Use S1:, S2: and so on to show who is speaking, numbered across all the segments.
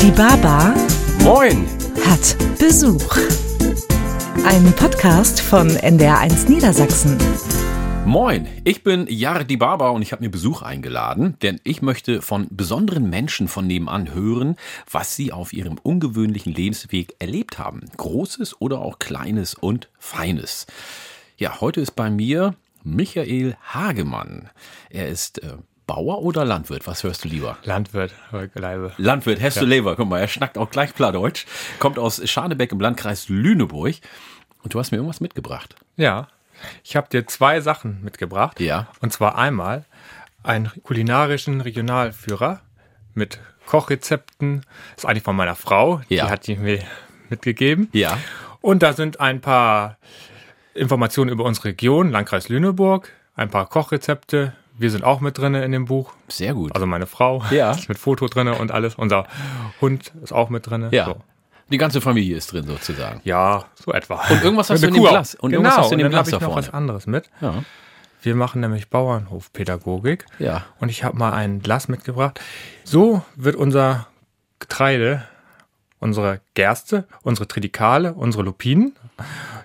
S1: Die Baba
S2: Moin!
S1: hat Besuch. Ein Podcast von NDR1 Niedersachsen.
S2: Moin, ich bin Jardi Baba und ich habe mir Besuch eingeladen, denn ich möchte von besonderen Menschen von nebenan hören, was sie auf ihrem ungewöhnlichen Lebensweg erlebt haben. Großes oder auch Kleines und Feines. Ja, heute ist bei mir Michael Hagemann. Er ist äh, Bauer oder Landwirt? Was hörst du lieber?
S3: Landwirt, Leibe.
S2: Landwirt, Hesse Lever, guck mal, er schnackt auch gleich klar Deutsch, kommt aus Schadebeck im Landkreis Lüneburg und du hast mir irgendwas mitgebracht.
S3: Ja, ich habe dir zwei Sachen mitgebracht.
S2: Ja.
S3: Und zwar einmal einen kulinarischen Regionalführer mit Kochrezepten. Ist eigentlich von meiner Frau.
S2: Ja.
S3: Die hat die mir mitgegeben.
S2: Ja.
S3: Und da sind ein paar Informationen über unsere Region, Landkreis Lüneburg, ein paar Kochrezepte. Wir sind auch mit drin in dem Buch.
S2: Sehr gut.
S3: Also meine Frau
S2: Ja.
S3: ist mit Foto drin und alles. Unser Hund ist auch mit drin.
S2: Ja.
S3: So.
S2: Die ganze Familie ist drin sozusagen.
S3: Ja, so etwa. Und
S2: irgendwas hast
S3: Eine
S2: du in dem
S3: Kuh auch.
S2: Glas. Und
S3: genau,
S2: irgendwas hast du in
S3: und
S2: dem
S3: dann
S2: Glas
S3: habe ich
S2: da
S3: noch was
S2: vorne.
S3: anderes mit.
S2: Ja.
S3: Wir machen nämlich Bauernhofpädagogik.
S2: Ja.
S3: Und ich habe mal ein Glas mitgebracht. So wird unser Getreide, unsere Gerste, unsere Tritikale, unsere Lupinen,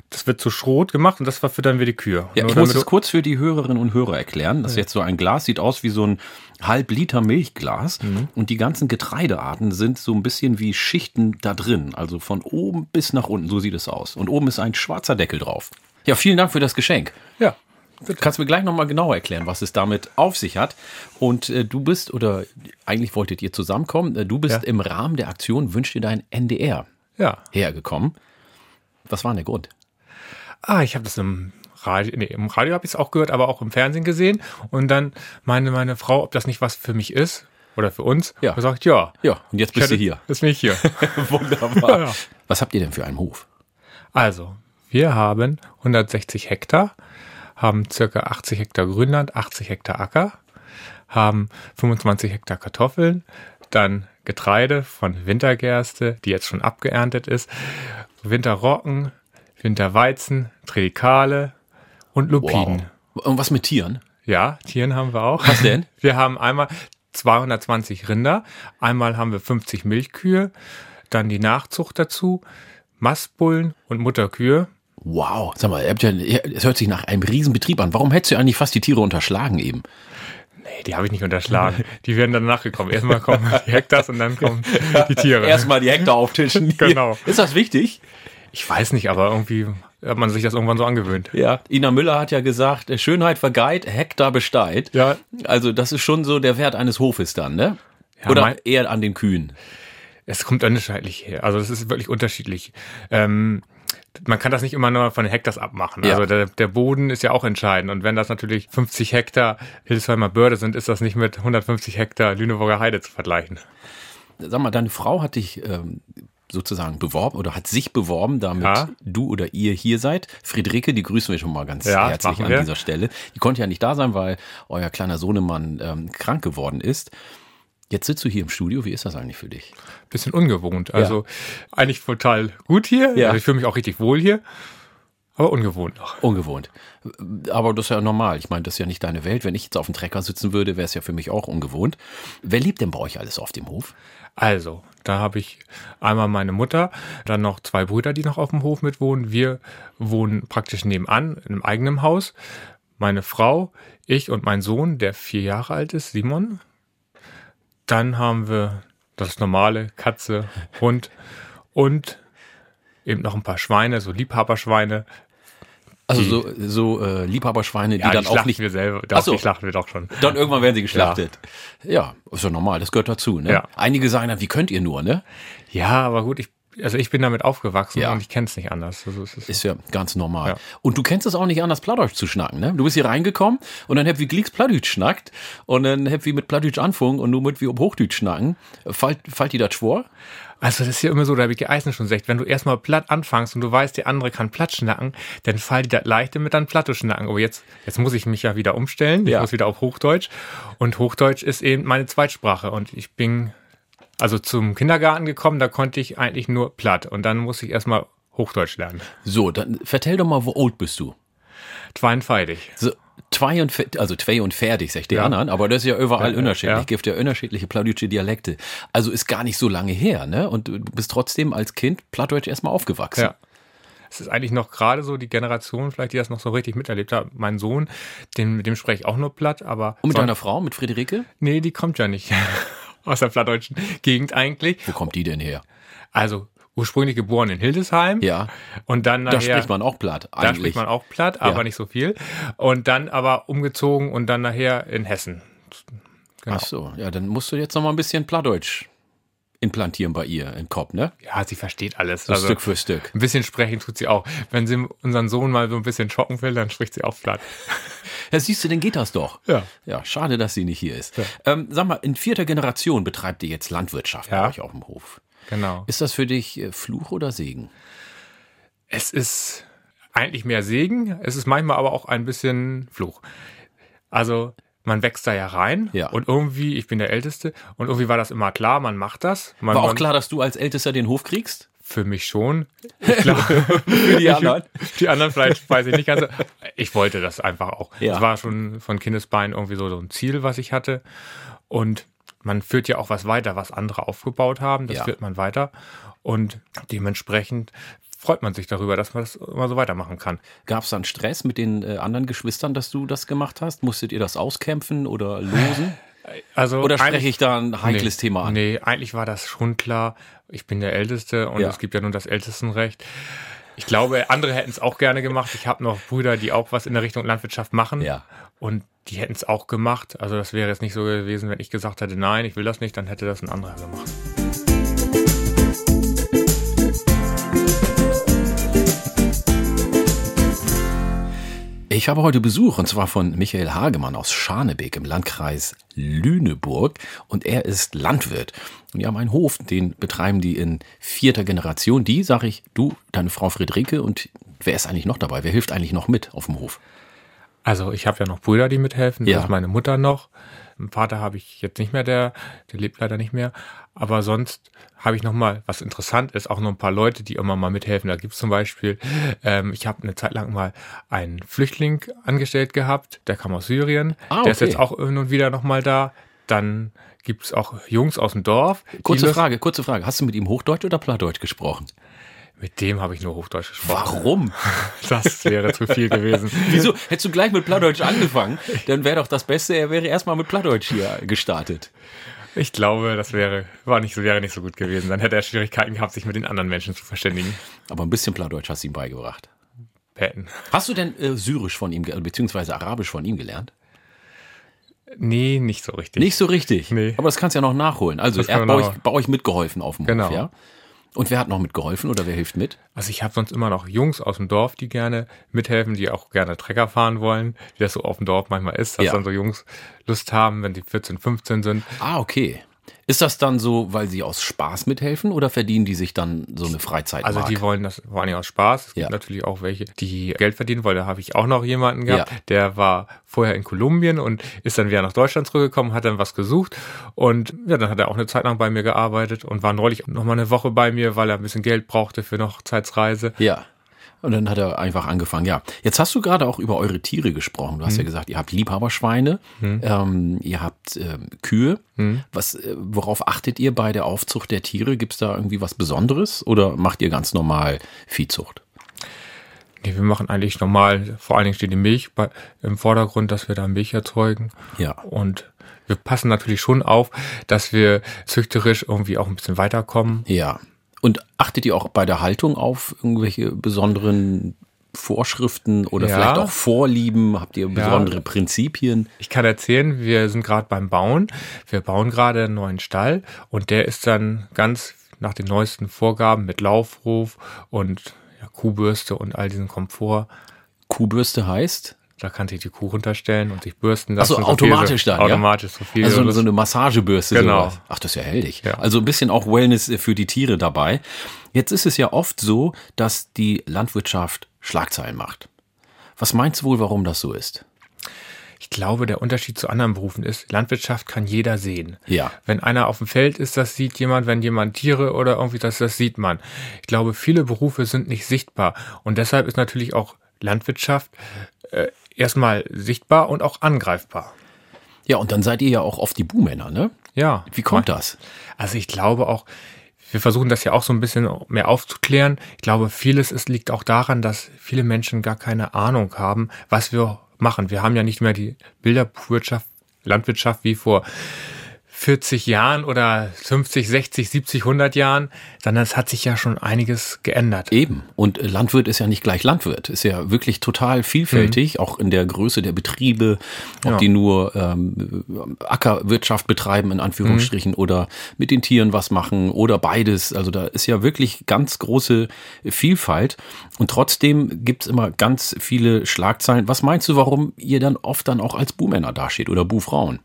S3: das wird zu Schrot gemacht und das verfüttern wir die Kühe.
S2: Ja,
S3: Nur
S2: ich muss
S3: damit
S2: es kurz für die Hörerinnen und Hörer erklären. Das ist jetzt so ein Glas, sieht aus wie so ein halb Liter Milchglas.
S3: Mhm.
S2: Und die ganzen Getreidearten sind so ein bisschen wie Schichten da drin. Also von oben bis nach unten, so sieht es aus. Und oben ist ein schwarzer Deckel drauf. Ja, vielen Dank für das Geschenk.
S3: du, ja.
S2: Kannst du mir gleich nochmal genau erklären, was es damit auf sich hat. Und äh, du bist, oder eigentlich wolltet ihr zusammenkommen, äh, du bist
S3: Ja.
S2: im Rahmen der Aktion Wünsch dir dein NDR
S3: ja.
S2: hergekommen. Was war denn der Grund?
S3: ah, ich habe das im Radio, nee, im Radio habe ich es auch gehört, aber auch im Fernsehen gesehen. Und dann meinte meine Frau, ob das nicht was für mich ist oder für uns.
S2: Ja.
S3: Und gesagt, ja.
S2: Ja, und jetzt
S3: Ich
S2: bist du
S3: hätte-
S2: hier.
S3: Jetzt bin ich hier.
S2: Wunderbar.
S3: Ja.
S2: Was habt ihr denn für einen Hof?
S3: also, wir haben 160 Hektar, haben circa 80 Hektar Grünland, 80 Hektar Acker, haben 25 Hektar Kartoffeln, dann Getreide von Wintergerste, die jetzt schon abgeerntet ist, Winterrocken, Winterweizen, Tritikale und Lupinen.
S2: Und was mit Tieren?
S3: Ja, Tieren haben wir auch.
S2: Was denn?
S3: Wir haben einmal 220 Rinder, einmal haben wir 50 Milchkühe, dann die Nachzucht dazu, Mastbullen und Mutterkühe.
S2: Wow, sag mal, ihr habt ja, ihr- es hört sich nach einem Riesenbetrieb an. Warum hättest du eigentlich fast die Tiere unterschlagen eben?
S3: Nee, die habe ich nicht unterschlagen. Die werden dann nachgekommen. Erstmal kommen die Hektars und dann kommen die Tiere.
S2: die Hektar auftischen.
S3: Genau.
S2: Ist das wichtig?
S3: Ich weiß nicht, aber irgendwie hat man sich das irgendwann so angewöhnt.
S2: Ja. Ina Müller hat ja gesagt, äh, Schönheit vergeiht, Hektar besteht.
S3: Ja.
S2: Also das ist schon so der Wert eines Hofes dann, ne?
S3: Ja, mein-
S2: Oder eher an den Kühen.
S3: Es kommt unterschiedlich her. Also es ist wirklich unterschiedlich. Ähm, man kann das nicht immer nur von den Hektars abmachen.
S2: Ja.
S3: Also der, der Boden ist ja auch entscheidend. Und wenn das natürlich 50 Hektar Hildesheimer Börde sind, ist das nicht mit 150 Hektar Lüneburger Heide zu vergleichen.
S2: Sag mal, deine Frau hat dich ähm, sozusagen beworben oder hat sich beworben, damit
S3: Ja.
S2: du oder ihr hier seid. Friederike, die grüßen wir schon mal ganz
S3: Ja,
S2: herzlich
S3: machen
S2: an
S3: wir.
S2: dieser Stelle. Die konnte ja nicht da sein, weil euer kleiner Sohnemann ähm, krank geworden ist. Jetzt sitzt du hier im Studio. Wie ist das eigentlich für dich?
S3: Bisschen ungewohnt. Also eigentlich total gut hier.
S2: Ja.
S3: Also ich fühle mich auch richtig wohl hier. Aber ungewohnt noch.
S2: Ungewohnt. Aber das ist ja normal. Ich meine, das ist ja nicht deine Welt. Wenn ich jetzt auf dem Trecker sitzen würde, wäre es ja für mich auch ungewohnt. Wer lebt denn bei euch alles auf dem Hof?
S3: Also, da habe ich einmal meine Mutter, dann noch zwei Brüder, die noch auf dem Hof mitwohnen. Wir wohnen praktisch nebenan in einem eigenen Haus. Meine Frau, ich und mein Sohn, der vier Jahre alt ist, Simon. Dann haben wir das normale Katze, Hund und eben noch ein paar Schweine, so Liebhaberschweine. Hm.
S2: Also so, so äh, Liebhaberschweine, die dann auch
S3: schlachten
S2: nicht
S3: wir selber.
S2: Ach
S3: Doch,
S2: so.
S3: Die schlachten wir doch schon.
S2: Dann irgendwann werden sie geschlachtet. Ja, ist ja normal, das gehört dazu. Ne?
S3: Ja.
S2: Einige sagen dann, wie könnt ihr nur, ne?
S3: Ja, aber gut, ich, also ich bin damit aufgewachsen
S2: Ja.
S3: und ich kenne es nicht anders. Also es ist,
S2: Ist ja ganz normal.
S3: Ja.
S2: Und du kennst es auch nicht anders, Plattdeutsch zu schnacken, ne? Du bist hier reingekommen und dann habt ihr Glicks Plattdeutsch schnackt und dann habt ihr mit Plattdeutsch anfangen und nur mit wie ob Hochdeutsch schnacken. Fallt, fallt ihr das vor?
S3: Also das ist ja immer so, da habe ich die Eisen schon gesagt, wenn du erstmal platt anfängst und du weißt, der andere kann platt schnacken, dann fall dir das leichte mit dann platte schnacken. Aber jetzt, jetzt muss ich mich ja wieder umstellen, ich
S2: Ja.
S3: muss wieder auf Hochdeutsch und Hochdeutsch ist eben meine Zweitsprache und ich bin also zum Kindergarten gekommen, da konnte ich eigentlich nur platt und dann musste ich erstmal Hochdeutsch lernen.
S2: So, dann vertell doch mal, wo alt bist du?
S3: Zweinfeidig.
S2: So, zwei und, fe- also zwei und fertig, sagt die
S3: Ja.
S2: anderen, aber das ist ja überall
S3: Ja, ja,
S2: unterschiedlich,
S3: ja.
S2: gibt ja unterschiedliche plattdeutsche Dialekte. Also ist gar nicht so lange her, ne? Und du bist trotzdem als Kind plattdeutsch erstmal aufgewachsen.
S3: Ja. Es ist eigentlich noch gerade so die Generation, vielleicht, die das noch so richtig miterlebt hat. Mein Sohn, den, mit dem spreche ich auch nur platt, aber.
S2: Und mit
S3: son-
S2: deiner Frau, mit Friederike,
S3: Nee, die kommt ja nicht aus der plattdeutschen Gegend eigentlich.
S2: wo kommt die denn her?
S3: Also ursprünglich geboren in Hildesheim.
S2: Ja.
S3: Und dann
S2: Da
S3: nachher,
S2: spricht man auch platt
S3: da
S2: eigentlich.
S3: spricht man auch platt, aber
S2: Ja.
S3: nicht so viel. Und dann aber umgezogen und dann nachher in Hessen. Genau.
S2: Ach so, ja, dann musst du jetzt noch mal ein bisschen plattdeutsch implantieren bei ihr im Kopf, ne?
S3: Ja, sie versteht alles. Also,
S2: So Stück für Stück.
S3: Ein bisschen sprechen tut sie auch. Wenn sie unseren Sohn mal so ein bisschen schocken will, dann spricht sie auch platt.
S2: Ja, siehst du, dann geht das doch.
S3: Ja.
S2: Ja, schade, dass sie nicht hier ist. Ähm, sag mal, in vierter Generation betreibt ihr jetzt Landwirtschaft bei
S3: Ja.
S2: euch auf dem Hof.
S3: Genau.
S2: Ist das für dich äh, Fluch oder Segen?
S3: Es ist eigentlich mehr Segen, es ist manchmal aber auch ein bisschen Fluch. Also man wächst da ja rein
S2: Ja.
S3: und irgendwie, ich bin der Älteste und irgendwie war das immer klar, man macht das. Man,
S2: War auch
S3: man-
S2: klar, dass du als Ältester den Hof kriegst?
S3: Für mich schon. Ich glaube, für
S2: die anderen?
S3: Die anderen vielleicht weiß ich nicht ganz. so. Ich wollte das einfach auch.
S2: Ja.
S3: Es war schon von Kindesbein irgendwie so, so ein Ziel, was ich hatte. Und man führt ja auch was weiter, was andere aufgebaut haben. Das
S2: Ja.
S3: führt man weiter. Und dementsprechend freut man sich darüber, dass man das immer so weitermachen kann.
S2: Gab es dann Stress mit den äh, anderen Geschwistern, dass du das gemacht hast? Musstet ihr das auskämpfen oder losen?
S3: Also
S2: Oder spreche
S3: eigentlich-
S2: ich da ein heikles
S3: nee,
S2: Thema an?
S3: Nee, eigentlich war das schon klar. Ich bin der Älteste und
S2: Ja.
S3: es gibt ja nun das Ältestenrecht. Ich glaube, andere hätten es auch gerne gemacht. Ich habe noch Brüder, die auch was in der Richtung Landwirtschaft machen.
S2: Ja.
S3: Und die hätten es auch gemacht. Also das wäre jetzt nicht so gewesen, wenn ich gesagt hätte, nein, ich will das nicht, dann hätte das ein anderer gemacht.
S2: Ich habe heute Besuch und zwar von Michael Hagemann aus Scharnebeck im Landkreis Lüneburg und er ist Landwirt. Und die haben einen Hof, den betreiben die in vierter Generation. Die, sage ich, du, deine Frau Friederike und wer ist eigentlich noch dabei? Wer hilft eigentlich noch mit auf dem Hof?
S3: Also ich habe ja noch Brüder, die mithelfen.
S2: Ja.
S3: Das ist meine Mutter noch. Einen Vater habe ich jetzt nicht mehr, der, der lebt leider nicht mehr. Aber sonst habe ich noch mal, was interessant ist, auch noch ein paar Leute, die immer mal mithelfen. Da gibt es zum Beispiel, ähm, ich habe eine Zeit lang mal einen Flüchtling angestellt gehabt, der kam aus Syrien.
S2: Ah,
S3: Der ist
S2: okay.
S3: jetzt auch hin und wieder noch mal da. Dann gibt es auch Jungs aus dem Dorf. die
S2: Kurze
S3: Lust-
S2: Frage, kurze Frage. Hast du mit ihm Hochdeutsch oder Plattdeutsch gesprochen?
S3: Mit dem habe ich nur Hochdeutsch gesprochen.
S2: Warum?
S3: Das wäre zu viel gewesen.
S2: Wieso? Hättest du gleich mit Plattdeutsch angefangen, dann wäre doch das Beste, er wäre erstmal mit Plattdeutsch hier gestartet.
S3: Ich glaube, das wäre, war nicht, so- wäre nicht so gut gewesen. Dann hätte er Schwierigkeiten gehabt, sich mit den anderen Menschen zu verständigen.
S2: Aber ein bisschen Plattdeutsch hast du ihm beigebracht.
S3: Patton.
S2: Hast du denn äh, Syrisch von ihm, ge- beziehungsweise Arabisch von ihm gelernt?
S3: Nee, nicht so richtig.
S2: Nicht so richtig.
S3: Nee.
S2: Aber das kannst du ja noch nachholen. Also
S3: Das
S2: er hat
S3: kann
S2: bei
S3: man
S2: euch,
S3: nachholen.
S2: bei euch mitgeholfen auf dem
S3: Genau.
S2: Hof, ja? Und wer hat noch mitgeholfen oder wer hilft mit?
S3: Also ich habe sonst immer noch Jungs aus dem Dorf, die gerne mithelfen, die auch gerne Trecker fahren wollen, wie das so auf dem Dorf manchmal ist, dass
S2: Ja.
S3: dann so Jungs Lust haben, wenn sie 14, 15 sind.
S2: Ah, okay. Ist das dann so, weil sie aus Spaß mithelfen oder verdienen die sich dann so eine Freizeit?
S3: Also die wollen das vor allem aus Spaß. Es gibt
S2: Ja.
S3: natürlich auch welche, die Geld verdienen wollen. Da habe ich auch noch jemanden gehabt,
S2: Ja.
S3: der war vorher in Kolumbien und ist dann wieder nach Deutschland zurückgekommen, hat dann was gesucht und ja, dann hat er auch eine Zeit lang bei mir gearbeitet und war neulich noch mal eine Woche bei mir, weil er ein bisschen Geld brauchte für eine Hochzeitsreise.
S2: ja. Und dann hat er einfach angefangen, ja. Jetzt hast du gerade auch über eure Tiere gesprochen. Du hast
S3: Hm.
S2: ja gesagt, ihr habt Liebhaberschweine, ähm, ihr habt ähm, Kühe.
S3: Hm.
S2: Was, äh, worauf achtet ihr bei der Aufzucht der Tiere? Gibt es da irgendwie was Besonderes oder macht ihr ganz normal Viehzucht?
S3: Nee, wir machen eigentlich normal, vor allen Dingen steht die Milch bei, im Vordergrund, dass wir da Milch erzeugen.
S2: Ja.
S3: Und wir passen natürlich schon auf, dass wir züchterisch irgendwie auch ein bisschen weiterkommen.
S2: Ja. Und achtet ihr auch bei der Haltung auf irgendwelche besonderen Vorschriften oder
S3: Ja.
S2: vielleicht auch Vorlieben? Habt ihr besondere Prinzipien?
S3: Ich kann erzählen, wir sind gerade beim Bauen. Wir bauen gerade einen neuen Stall und der ist dann ganz nach den neuesten Vorgaben mit Laufruf und ja, Kuhbürste und all diesem Komfort.
S2: Kuhbürste heißt?
S3: Da kann sich die Kuh runterstellen und sich bürsten lassen.
S2: Achso, automatisch
S3: viel,
S2: dann.
S3: Automatisch,
S2: ja?
S3: so viel.
S2: Also so
S3: Lust-
S2: eine Massagebürste.
S3: Genau.
S2: sowas. Ach, das ist ja heldig.
S3: Ja.
S2: Also ein bisschen auch Wellness äh, für die Tiere dabei. Jetzt ist es ja oft so, dass die Landwirtschaft Schlagzeilen macht. Was meinst du wohl, warum das so ist?
S3: Ich glaube, der Unterschied zu anderen Berufen ist, Landwirtschaft kann jeder sehen.
S2: Ja.
S3: Wenn einer auf dem Feld ist, das sieht jemand, wenn jemand Tiere oder irgendwie das, das sieht man. Ich glaube, viele Berufe sind nicht sichtbar und deshalb ist natürlich auch Landwirtschaft äh, erstmal sichtbar und auch angreifbar.
S2: Ja, und dann seid ihr ja auch oft die Buhmänner, ne?
S3: Ja.
S2: Wie kommt das?
S3: Also ich glaube auch, wir versuchen das ja auch so ein bisschen mehr aufzuklären. Ich glaube, vieles es liegt auch daran, dass viele Menschen gar keine Ahnung haben, was wir machen. Wir haben ja nicht mehr die Bilderwirtschaft, Landwirtschaft wie vor 40 Jahren oder 50, 60, 70, 100 Jahren, sondern es hat sich ja schon einiges geändert.
S2: Eben. Und äh, Landwirt ist ja nicht gleich Landwirt. Ist ja wirklich total vielfältig, auch in der Größe der Betriebe, ob
S3: Ja.
S2: die nur ähm, Ackerwirtschaft betreiben, in Anführungsstrichen, oder mit den Tieren was machen oder beides. Also da ist ja wirklich ganz große Vielfalt. Und trotzdem gibt's immer ganz viele Schlagzeilen. Was meinst du, warum ihr dann oft dann auch als Buhmänner dasteht oder Buhfrauen?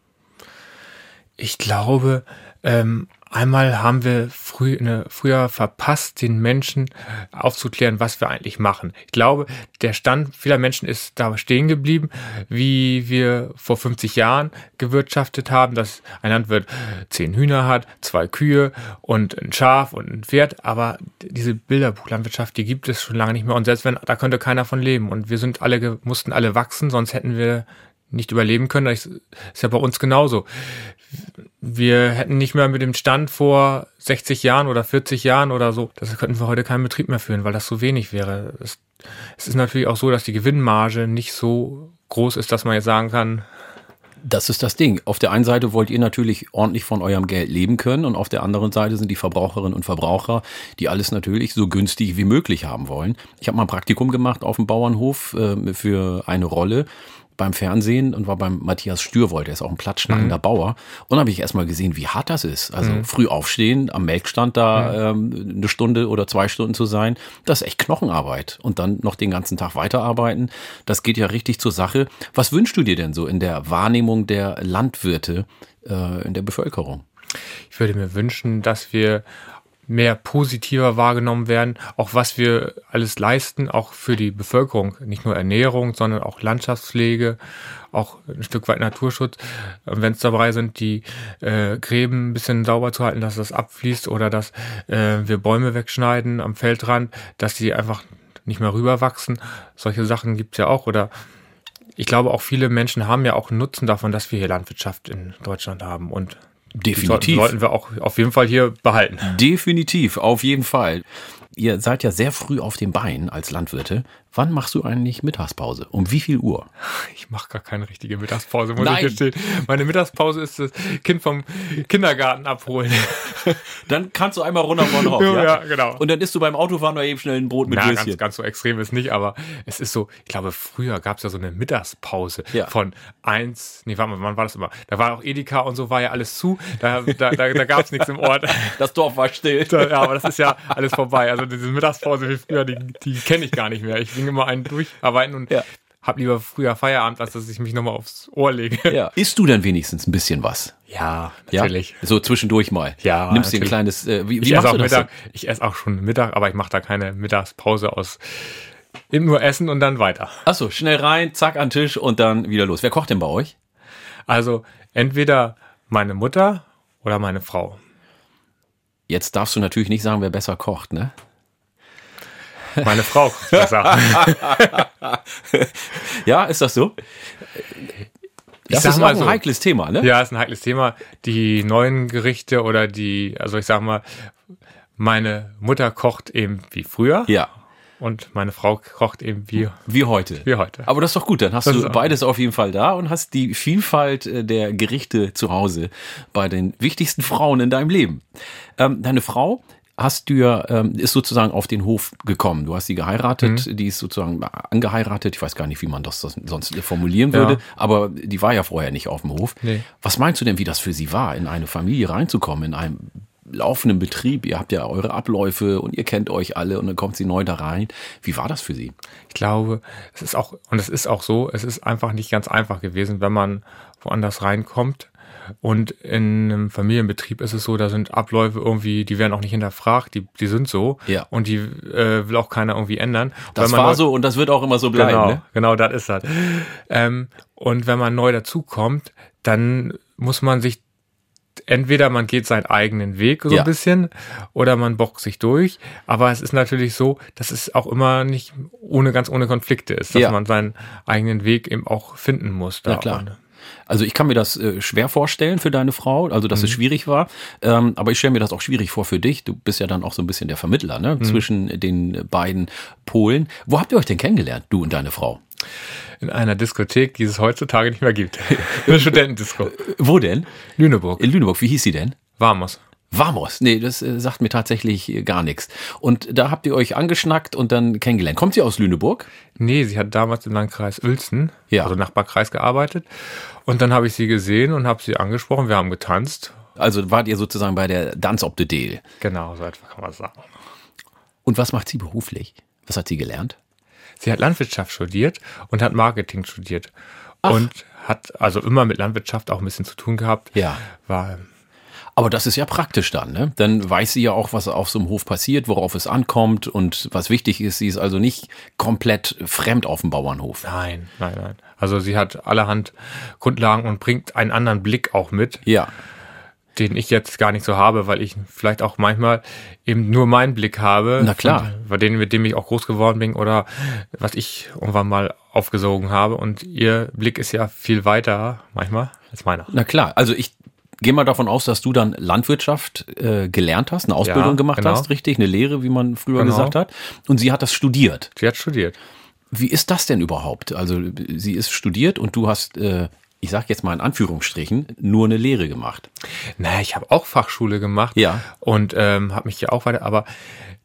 S3: Ich glaube, ähm, einmal haben wir früh, ne, früher verpasst, den Menschen aufzuklären, was wir eigentlich machen. Ich glaube, der Stand vieler Menschen ist da stehen geblieben, wie wir vor 50 Jahren gewirtschaftet haben, dass ein Landwirt zehn Hühner hat, zwei Kühe und ein Schaf und ein Pferd. Aber diese Bilderbuchlandwirtschaft, die gibt es schon lange nicht mehr. Und selbst wenn, da könnte keiner von leben. Und wir sind alle, ge- mussten alle wachsen, sonst hätten wir nicht überleben können. Das ist ja bei uns genauso wir hätten nicht mehr mit dem Stand vor 60 Jahren oder 40 Jahren oder so, das könnten wir heute keinen Betrieb mehr führen, weil das so wenig wäre. Es, es ist natürlich auch so, dass die Gewinnmarge nicht so groß ist, dass man jetzt sagen kann,
S2: Das ist das Ding. Auf der einen Seite wollt ihr natürlich ordentlich von eurem Geld leben können und auf der anderen Seite sind die Verbraucherinnen und Verbraucher, die alles natürlich so günstig wie möglich haben wollen. Ich habe mal ein Praktikum gemacht auf dem Bauernhof äh, für eine Rolle beim Fernsehen und war beim Matthias Stürwold, der ist auch ein platschnackender Bauer. Und habe ich erstmal gesehen, wie hart das ist. Also
S3: Mhm.
S2: früh aufstehen, am Melkstand da ähm, eine Stunde oder zwei Stunden zu sein, das ist echt Knochenarbeit. Und dann noch den ganzen Tag weiterarbeiten, das geht ja richtig zur Sache. Was wünschst du dir denn so in der Wahrnehmung der Landwirte äh, in der Bevölkerung?
S3: ich würde mir wünschen, dass wir mehr positiver wahrgenommen werden, auch was wir alles leisten, auch für die Bevölkerung. Nicht nur Ernährung, sondern auch Landschaftspflege, auch ein Stück weit Naturschutz. Wenn es dabei sind, die äh, Gräben ein bisschen sauber zu halten, dass das abfließt oder dass äh, wir Bäume wegschneiden am Feldrand, dass die einfach nicht mehr rüberwachsen. Solche Sachen gibt's ja auch. Oder ich glaube, auch viele Menschen haben ja auch einen Nutzen davon, dass wir hier Landwirtschaft in Deutschland haben. Und die
S2: Definitiv.
S3: sollten wir auch auf jeden Fall hier behalten.
S2: Definitiv, auf jeden Fall. Ihr seid ja sehr früh auf den Beinen als Landwirte. Wann machst du eigentlich Mittagspause? Um wie viel Uhr?
S3: Ich mache gar keine richtige Mittagspause, muss
S2: Nein.
S3: ich gestehen. Meine Mittagspause ist das Kind vom Kindergarten abholen.
S2: Dann kannst du einmal runter von drauf.
S3: Ja, ja, genau.
S2: Und dann isst du beim Autofahren noch eben schnell ein Brot mit
S3: Na, ganz,
S2: Würstchen.
S3: ganz so extrem ist nicht, aber es ist so, ich glaube, früher gab es ja so eine Mittagspause
S2: Ja.
S3: von eins, nee, warte mal, wann war das immer? Da war auch Edeka und so war ja alles zu, da, da, da, da gab es nichts im Ort.
S2: Das Dorf war still.
S3: Da- Ja, aber das ist ja alles vorbei. Also diese Mittagspause wie früher, die, die kenne ich gar nicht mehr. Ich ging immer einen durcharbeiten und
S2: Ja.
S3: hab lieber früher Feierabend, als dass ich mich nochmal aufs Ohr lege.
S2: Ja. Isst du dann wenigstens ein bisschen was?
S3: Ja,
S2: Ja?
S3: natürlich.
S2: So zwischendurch mal.
S3: Ja,
S2: Nimmst dir ein
S3: natürlich.
S2: kleines. Äh, wie wie
S3: Ich esse,
S2: machst
S3: auch
S2: du das?
S3: Mittag, ich esse auch schon Mittag, aber ich mache da keine Mittagspause aus. Eben nur essen und dann weiter.
S2: Achso, schnell rein, zack an den Tisch und dann wieder los. Wer kocht denn bei euch?
S3: Also entweder meine Mutter oder meine Frau.
S2: Jetzt darfst du natürlich nicht sagen, wer besser kocht, ne?
S3: Meine Frau kocht besser.
S2: Ja, ist das so?
S3: Ah. Ich
S2: Das
S3: sag
S2: ist
S3: mal
S2: auch ein
S3: so.
S2: heikles Thema, ne?
S3: Ja, ist ein heikles Thema. Die neuen Gerichte oder die, also ich sag mal, meine Mutter kocht eben wie früher
S2: ja.
S3: und meine Frau kocht eben wie.
S2: Wie heute.
S3: Wie heute.
S2: Aber das ist doch gut, dann hast
S3: Das ist
S2: du
S3: auch-
S2: beides auf jeden Fall da und hast die Vielfalt äh, der Gerichte zu Hause bei den wichtigsten Frauen in deinem Leben. Ähm, deine Frau hast du ja, ähm, ist sozusagen auf den Hof gekommen. Du hast sie geheiratet,
S3: Mhm.
S2: die ist sozusagen angeheiratet. Ich weiß gar nicht, wie man das sonst formulieren
S3: Ja.
S2: würde, aber die war ja vorher nicht auf dem Hof.
S3: Nee.
S2: Was meinst du denn, wie das für sie war, in eine Familie reinzukommen, in einem laufenden Betrieb? Ihr habt ja eure Abläufe und ihr kennt euch alle und dann kommt sie neu da rein. Wie war das für sie?
S3: Ich glaube, es ist auch, und es ist auch so, es ist einfach nicht ganz einfach gewesen, wenn man woanders reinkommt. Und in einem Familienbetrieb ist es so, da sind Abläufe irgendwie, die werden auch nicht hinterfragt, die, die sind so.
S2: Ja.
S3: Und die äh, will auch keiner irgendwie ändern. Und
S2: Das
S3: wenn man
S2: war
S3: neu-
S2: so und das wird auch immer so bleiben.
S3: Genau,
S2: Ne?
S3: genau, das ist das. Ähm, und wenn man neu dazukommt, dann muss man sich entweder man geht seinen eigenen Weg so
S2: Ja.
S3: ein bisschen oder man bockt sich durch. Aber es ist natürlich so, dass es auch immer nicht ohne ganz ohne Konflikte ist, dass
S2: Ja.
S3: man seinen eigenen Weg eben auch finden muss. Da
S2: Na klar.
S3: Und
S2: Also ich kann mir das äh, schwer vorstellen für deine Frau, also
S3: Mhm.
S2: dass es schwierig war. Ähm, aber ich stelle mir das auch schwierig vor für dich. Du bist ja dann auch so ein bisschen der Vermittler
S3: Mhm.
S2: ne? zwischen den beiden Polen. Wo habt ihr euch denn kennengelernt, du und deine Frau?
S3: In einer Diskothek, die es heutzutage nicht mehr gibt. Eine Studentendisco.
S2: Wo denn?
S3: Lüneburg.
S2: In Lüneburg. Wie hieß sie denn?
S3: Vamos.
S2: Vamos. Nee, das äh, sagt mir tatsächlich äh, gar nichts. Und da habt ihr euch angeschnackt und dann kennengelernt. Kommt sie aus Lüneburg?
S3: Nee, sie hat damals im Landkreis Uelzen,
S2: Ja.
S3: also Nachbarkreis, gearbeitet. Und dann habe ich sie gesehen und habe sie angesprochen. Wir haben getanzt.
S2: Also wart ihr sozusagen bei der Dance op the Deal.
S3: Genau, so etwa kann man sagen.
S2: Und was macht sie beruflich? Was hat sie gelernt?
S3: Sie hat Landwirtschaft studiert und hat Marketing studiert. Und hat also immer mit Landwirtschaft auch ein bisschen zu tun gehabt.
S2: Ja.
S3: War
S2: Aber das ist ja praktisch dann, ne? Dann weiß sie ja auch, was auf so einem Hof passiert, worauf es ankommt und was wichtig ist. Sie ist also nicht komplett fremd auf dem Bauernhof.
S3: nein, nein, nein. Also sie hat allerhand Grundlagen und bringt einen anderen Blick auch mit,
S2: Ja,
S3: den ich jetzt gar nicht so habe, weil ich vielleicht auch manchmal eben nur meinen Blick habe.
S2: Na klar.
S3: von- Bei denen, mit dem ich auch groß geworden bin oder was ich irgendwann mal aufgesogen habe. Und ihr Blick ist ja viel weiter manchmal als meiner.
S2: na klar. Also ich gehe mal davon aus, dass du dann Landwirtschaft äh, gelernt hast, eine Ausbildung gemacht
S3: genau.
S2: hast, richtig? Eine Lehre, wie man früher
S3: Genau.
S2: gesagt hat. Und sie hat das studiert.
S3: Sie hat studiert.
S2: Wie ist das denn überhaupt? Also sie ist studiert und du hast, äh, ich sag jetzt mal in Anführungsstrichen, nur eine Lehre gemacht.
S3: Naja, ich habe auch Fachschule gemacht
S2: Ja.
S3: und ähm, habe mich ja auch weiter, aber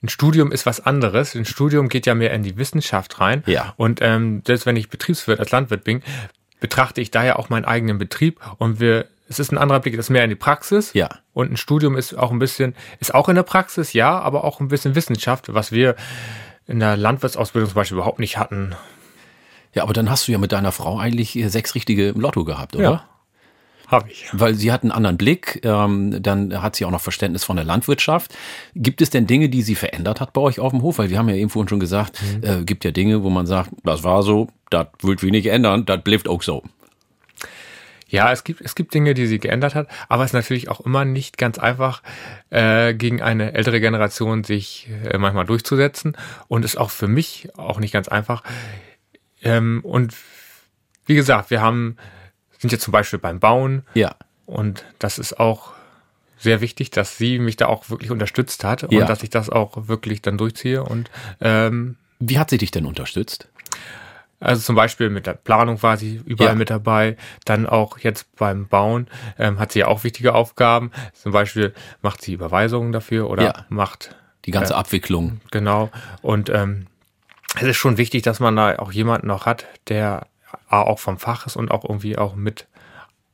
S3: ein Studium ist was anderes. Ein Studium geht ja mehr in die Wissenschaft rein.
S2: Ja.
S3: Und ähm, selbst wenn ich Betriebswirt als Landwirt bin, betrachte ich daher auch meinen eigenen Betrieb und wir, es ist ein anderer Blick, das ist mehr in die Praxis.
S2: Ja.
S3: Und ein Studium ist auch ein bisschen, ist auch in der Praxis, ja, aber auch ein bisschen Wissenschaft, was wir in der Landwirtsausbildung zum Beispiel überhaupt nicht hatten.
S2: Ja, aber dann hast du ja mit deiner Frau eigentlich äh, sechs richtige im Lotto gehabt, oder?
S3: Ja. Habe ich.
S2: Weil sie hat einen anderen Blick, ähm, dann hat sie auch noch Verständnis von der Landwirtschaft. Gibt es denn Dinge, die sie verändert hat bei euch auf dem Hof? Weil wir haben ja eben vorhin schon gesagt, äh, gibt ja Dinge, wo man sagt, das war so, das wird wir nicht ändern, das bleibt auch so.
S3: Ja, es gibt, es gibt Dinge, die sie geändert hat, aber es ist natürlich auch immer nicht ganz einfach, äh, gegen eine ältere Generation sich äh, manchmal durchzusetzen und ist auch für mich auch nicht ganz einfach. Ähm, und wie gesagt, wir haben, sind jetzt zum Beispiel beim Bauen
S2: Ja.
S3: und das ist auch sehr wichtig, dass sie mich da auch wirklich unterstützt hat und
S2: Ja.
S3: dass ich das auch wirklich dann durchziehe und ähm,
S2: Wie hat sie dich denn unterstützt?
S3: also zum Beispiel mit der Planung war sie überall
S2: Ja.
S3: mit dabei. Dann auch jetzt beim Bauen ähm, hat sie ja auch wichtige Aufgaben. Zum Beispiel macht sie Überweisungen dafür oder
S2: Ja.
S3: macht
S2: Die ganze Abwicklung.
S3: genau. Und ähm, es ist schon wichtig, dass man da auch jemanden noch hat, der A, auch vom Fach ist und auch irgendwie auch mit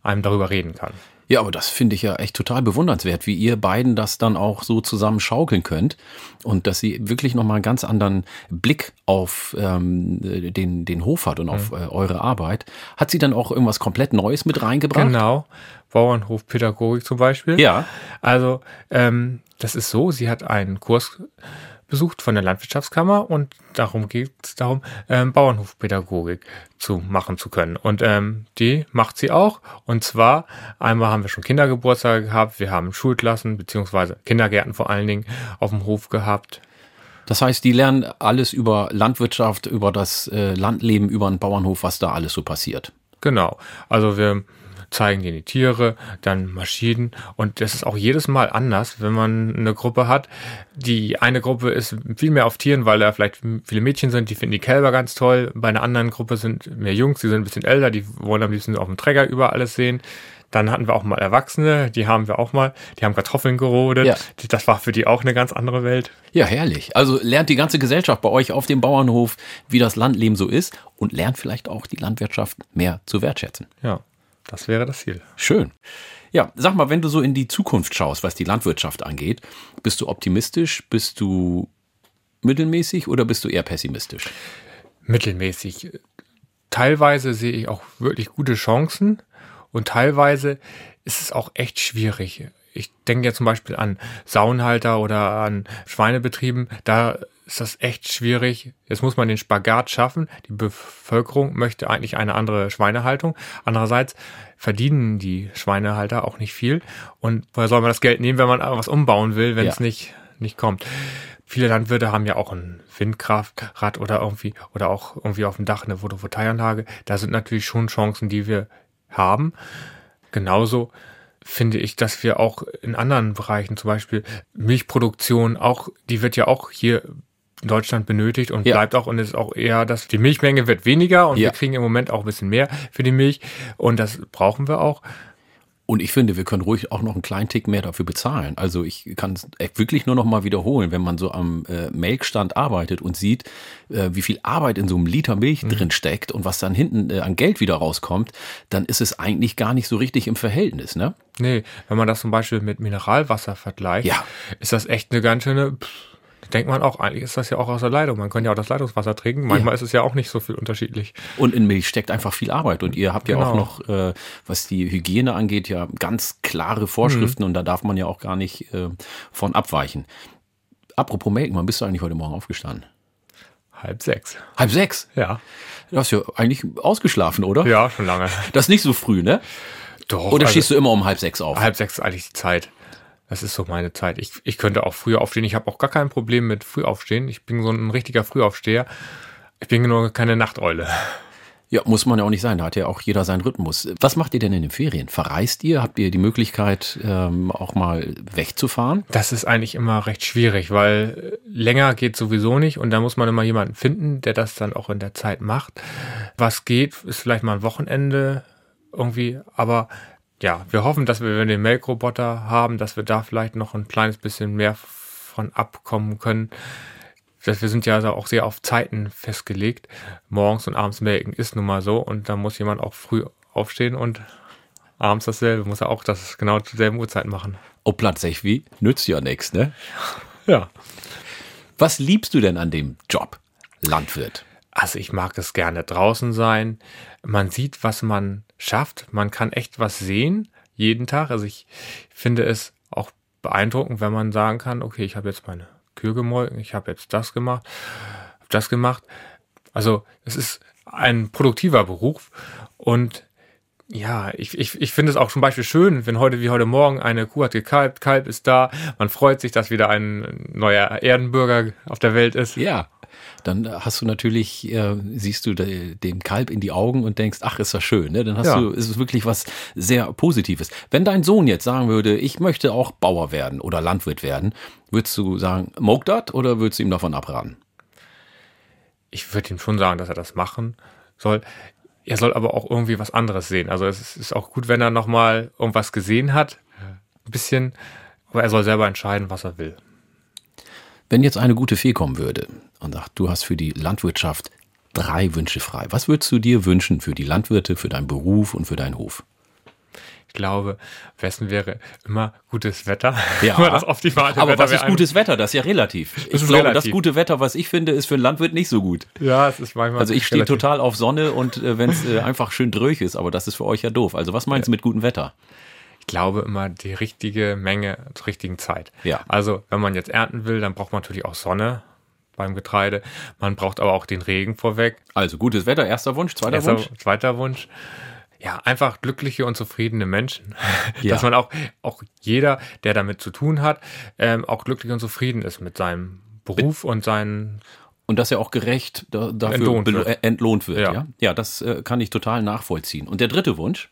S3: einem darüber reden kann.
S2: Ja, aber das finde ich ja echt total bewundernswert, wie ihr beiden das dann auch so zusammen schaukeln könnt und dass sie wirklich nochmal einen ganz anderen Blick auf ähm, den, den Hof hat und auf äh, eure Arbeit. Hat sie dann auch irgendwas komplett Neues mit reingebracht?
S3: Genau. Bauernhofpädagogik zum Beispiel.
S2: Ja.
S3: Also, ähm, das ist so, sie hat einen Kurs besucht von der Landwirtschaftskammer und darum geht es darum, ähm, Bauernhofpädagogik zu machen zu können. Und ähm, die macht sie auch. Und zwar, einmal haben wir schon Kindergeburtstage gehabt, wir haben Schulklassen beziehungsweise Kindergärten vor allen Dingen auf dem Hof gehabt.
S2: Das heißt, die lernen alles über Landwirtschaft, über das äh, Landleben, über einen Bauernhof, was da alles so passiert.
S3: Genau. Also wir zeigen denen die Tiere, dann Maschinen und das ist auch jedes Mal anders, wenn man eine Gruppe hat. Die eine Gruppe ist viel mehr auf Tieren, weil da vielleicht viele Mädchen sind, die finden die Kälber ganz toll. Bei einer anderen Gruppe sind mehr Jungs, die sind ein bisschen älter, die wollen am liebsten auf dem Träger über alles sehen. Dann hatten wir auch mal Erwachsene, die haben wir auch mal, die haben Kartoffeln gerodet.
S2: Ja.
S3: Die- Das war für die auch eine ganz andere Welt.
S2: Ja, herrlich. Also lernt die ganze Gesellschaft bei euch auf dem Bauernhof, wie das Landleben so ist und lernt vielleicht auch die Landwirtschaft mehr zu wertschätzen.
S3: Ja, das wäre das Ziel.
S2: Schön. Ja, sag mal, wenn du so in die Zukunft schaust, was die Landwirtschaft angeht, bist du optimistisch, bist du mittelmäßig oder bist du eher pessimistisch?
S3: mittelmäßig. Teilweise sehe ich auch wirklich gute Chancen und teilweise ist es auch echt schwierig. Ich denke ja zum Beispiel an Saunhalter oder an Schweinebetrieben. Da ist das echt schwierig. Jetzt muss man den Spagat schaffen. Die Bevölkerung möchte eigentlich eine andere Schweinehaltung. Andererseits verdienen die Schweinehalter auch nicht viel. Und woher soll man das Geld nehmen, wenn man was umbauen will, wenn
S2: Ja.
S3: es nicht, nicht kommt? Viele Landwirte haben ja auch ein Windkraftrad oder irgendwie, oder auch irgendwie auf dem Dach eine Photovoltaikanlage. Da sind natürlich schon Chancen, die wir haben. Genauso finde ich, dass wir auch in anderen Bereichen, zum Beispiel Milchproduktion, auch, die wird ja auch hier in Deutschland benötigt und
S2: Ja.
S3: bleibt auch und es ist auch eher, dass die Milchmenge wird weniger und
S2: Ja.
S3: wir kriegen im Moment auch ein bisschen mehr für die Milch und das brauchen wir auch.
S2: Und ich finde, wir können ruhig auch noch einen kleinen Tick mehr dafür bezahlen. Also ich kann es echt wirklich nur noch mal wiederholen, wenn man so am äh, Melkstand arbeitet und sieht, äh, wie viel Arbeit in so einem Liter Milch drin steckt und was dann hinten äh, an Geld wieder rauskommt, dann ist es eigentlich gar nicht so richtig im Verhältnis, ne?
S3: Nee, wenn man das zum Beispiel mit Mineralwasser vergleicht,
S2: Ja.
S3: ist das echt eine ganz schöne, pff, da denkt man auch, eigentlich ist das ja auch aus der Leitung. Man könnte ja auch das Leitungswasser trinken, manchmal ist es ja auch nicht so viel unterschiedlich.
S2: Und in Milch steckt einfach viel Arbeit. Und ihr habt ja auch
S3: Genau.
S2: noch, äh, was die Hygiene angeht, ja ganz klare Vorschriften und da darf man ja auch gar nicht äh, von abweichen. Apropos Melken, wann bist du eigentlich heute Morgen aufgestanden?
S3: Halb sechs.
S2: Halb sechs.
S3: Ja.
S2: Du hast ja eigentlich ausgeschlafen, oder?
S3: Ja, schon lange.
S2: Das ist nicht so früh, ne?
S3: Doch.
S2: Oder
S3: also-
S2: stehst du immer um halb sechs auf?
S3: halb sechs ist eigentlich die Zeit. Das ist so meine Zeit. Ich, ich könnte auch früher aufstehen. Ich habe auch gar kein Problem mit früh aufstehen. Ich bin so ein richtiger Frühaufsteher. Ich bin nur keine Nachteule.
S2: Ja, muss man ja auch nicht sein. Da hat ja auch jeder seinen Rhythmus. Was macht ihr denn in den Ferien? Verreist ihr? Habt ihr die Möglichkeit, ähm, auch mal wegzufahren?
S3: Das ist eigentlich immer recht schwierig, weil äh, länger geht sowieso nicht und da muss man immer jemanden finden, der das dann auch in der Zeit macht. Was geht, ist vielleicht mal ein Wochenende irgendwie, aber ja, wir hoffen, dass wir, wenn wir den Melkroboter haben, dass wir da vielleicht noch ein kleines bisschen mehr von abkommen können. Das- Wir sind ja also auch sehr auf Zeiten festgelegt. Morgens und abends melken ist nun mal so und da muss jemand auch früh aufstehen und abends dasselbe, muss er auch das genau zur selben Uhrzeit machen.
S2: Oh, plötzlich wie? Nützt ja nichts, ne?
S3: Ja.
S2: Was liebst du denn an dem Job? Landwirt.
S3: Also ich mag es gerne draußen sein. Man sieht, was man schafft. Man kann echt was sehen jeden Tag. Also ich finde es auch beeindruckend, wenn man sagen kann, okay, ich habe jetzt meine Kühe gemolken, ich habe jetzt das gemacht, habe das gemacht. Also es ist ein produktiver Beruf und ja, ich, ich, ich finde es auch zum Beispiel schön, wenn heute wie heute Morgen eine Kuh hat gekalbt, Kalb ist da, man freut sich, dass wieder ein neuer Erdenbürger auf der Welt ist.
S2: Ja. Dann hast du natürlich, äh, siehst du de, dem Kalb in die Augen und denkst, ach, ist das schön, ne? Dann hast
S3: Ja.
S2: du, ist es wirklich was sehr Positives. Wenn dein Sohn jetzt sagen würde, ich möchte auch Bauer werden oder Landwirt werden, würdest du sagen, mog dat oder würdest du ihm davon abraten?
S3: ich würde ihm schon sagen, dass er das machen soll. Er soll aber auch irgendwie was anderes sehen. Also es ist auch gut, wenn er nochmal irgendwas gesehen hat. Ein bisschen. Aber er soll selber entscheiden, was er will.
S2: Wenn jetzt eine gute Fee kommen würde und sagt, du hast für die Landwirtschaft drei Wünsche frei, was würdest du dir wünschen für die Landwirte, für deinen Beruf und für deinen Hof?
S3: Ich glaube, am besten wäre immer gutes Wetter.
S2: Ja.
S3: Immer das optimale
S2: Aber
S3: Wetter
S2: was
S3: wäre
S2: ist gutes Wetter? Das ist ja relativ. Ich
S3: ist
S2: glaube,
S3: relativ.
S2: das gute Wetter, was ich finde, ist für einen Landwirt nicht so gut.
S3: Ein, ja, es ist manchmal.
S2: Also ich stehe
S3: relativ-
S2: total auf Sonne und äh, wenn es äh, einfach schön dröch ist, aber das ist für euch ja doof. Also was meinst du mit gutem Wetter?
S3: Ich glaube immer die richtige Menge zur richtigen Zeit.
S2: Ja.
S3: Also wenn man jetzt ernten will, dann braucht man natürlich auch Sonne beim Getreide. Man braucht aber auch den Regen vorweg.
S2: Also gutes Wetter, erster Wunsch, zweiter
S3: Erster,
S2: Wunsch.
S3: Zweiter Wunsch. Ja, einfach glückliche und zufriedene Menschen.
S2: Ja.
S3: Dass man auch, auch jeder, der damit zu tun hat, ähm, auch glücklich und zufrieden ist mit seinem Beruf und seinen.
S2: Und dass er auch gerecht da, dafür
S3: Entlohnt
S2: belo-
S3: wird.
S2: äh, entlohnt wird. Ja,
S3: Ja.
S2: ja? das äh, kann ich total nachvollziehen. Und der dritte Wunsch?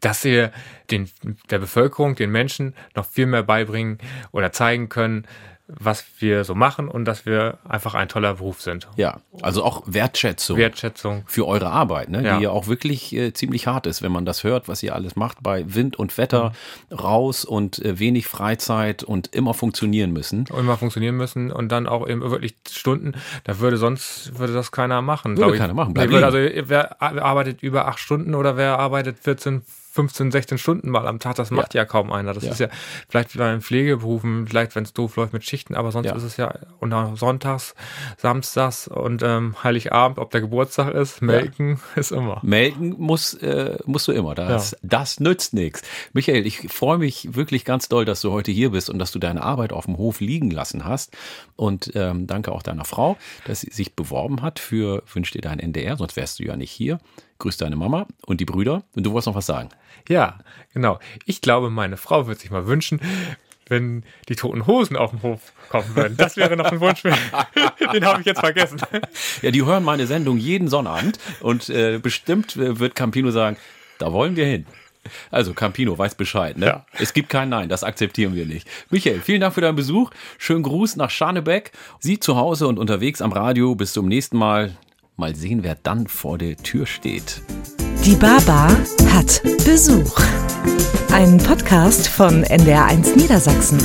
S3: Dass wir den, der Bevölkerung, den Menschen noch viel mehr beibringen oder zeigen können, was wir so machen und dass wir einfach ein toller Beruf sind.
S2: Ja, also auch Wertschätzung.
S3: Wertschätzung.
S2: für eure Arbeit, ne?
S3: Ja.
S2: die ja auch wirklich äh, ziemlich hart ist, wenn man das hört, was ihr alles macht bei Wind und Wetter,
S3: Mhm.
S2: raus und äh, wenig Freizeit und immer funktionieren müssen.
S3: immer funktionieren müssen und dann auch eben wirklich Stunden, da würde sonst, würde das keiner machen.
S2: Würde
S3: glaub ich.
S2: keiner machen, bleib
S3: Nee, würde
S2: liegen.
S3: also wer arbeitet über acht Stunden oder wer arbeitet 14, 15, 16 Stunden mal am Tag. Das macht ja, kaum einer. Das
S2: Ja.
S3: ist ja vielleicht bei den Pflegeberufen, vielleicht wenn es doof läuft mit Schichten, aber sonst
S2: Ja.
S3: ist es ja unter Sonntags, Samstags und ähm, Heiligabend, ob der Geburtstag ist, melken ist immer.
S2: Melden muss, äh, musst du immer. Das, das nützt nichts. Michael, ich freue mich wirklich ganz doll, dass du heute hier bist und dass du deine Arbeit auf dem Hof liegen lassen hast. Und ähm, danke auch deiner Frau, dass sie sich beworben hat für Wünsch dir dein NDR, sonst wärst du ja nicht hier. Grüß deine Mama und die Brüder. Und du wolltest noch was sagen.
S3: Ja, genau. Ich glaube, meine Frau wird sich mal wünschen, wenn die toten Hosen auf den Hof kommen würden. Das wäre noch ein Wunsch. für- Den habe ich jetzt vergessen.
S2: Ja, die hören meine Sendung jeden Sonnabend und äh, bestimmt äh, wird Campino sagen, da wollen wir hin. Also Campino weiß Bescheid, ne?
S3: Ja.
S2: Es gibt kein Nein, das akzeptieren wir nicht. Michael, vielen Dank für deinen Besuch. Schönen Gruß nach Scharnebeck. Sie zu Hause und unterwegs am Radio. Bis zum nächsten Mal. Mal sehen, wer dann vor der Tür steht.
S1: Die Baba hat Besuch. Ein Podcast von NDR1 Niedersachsen.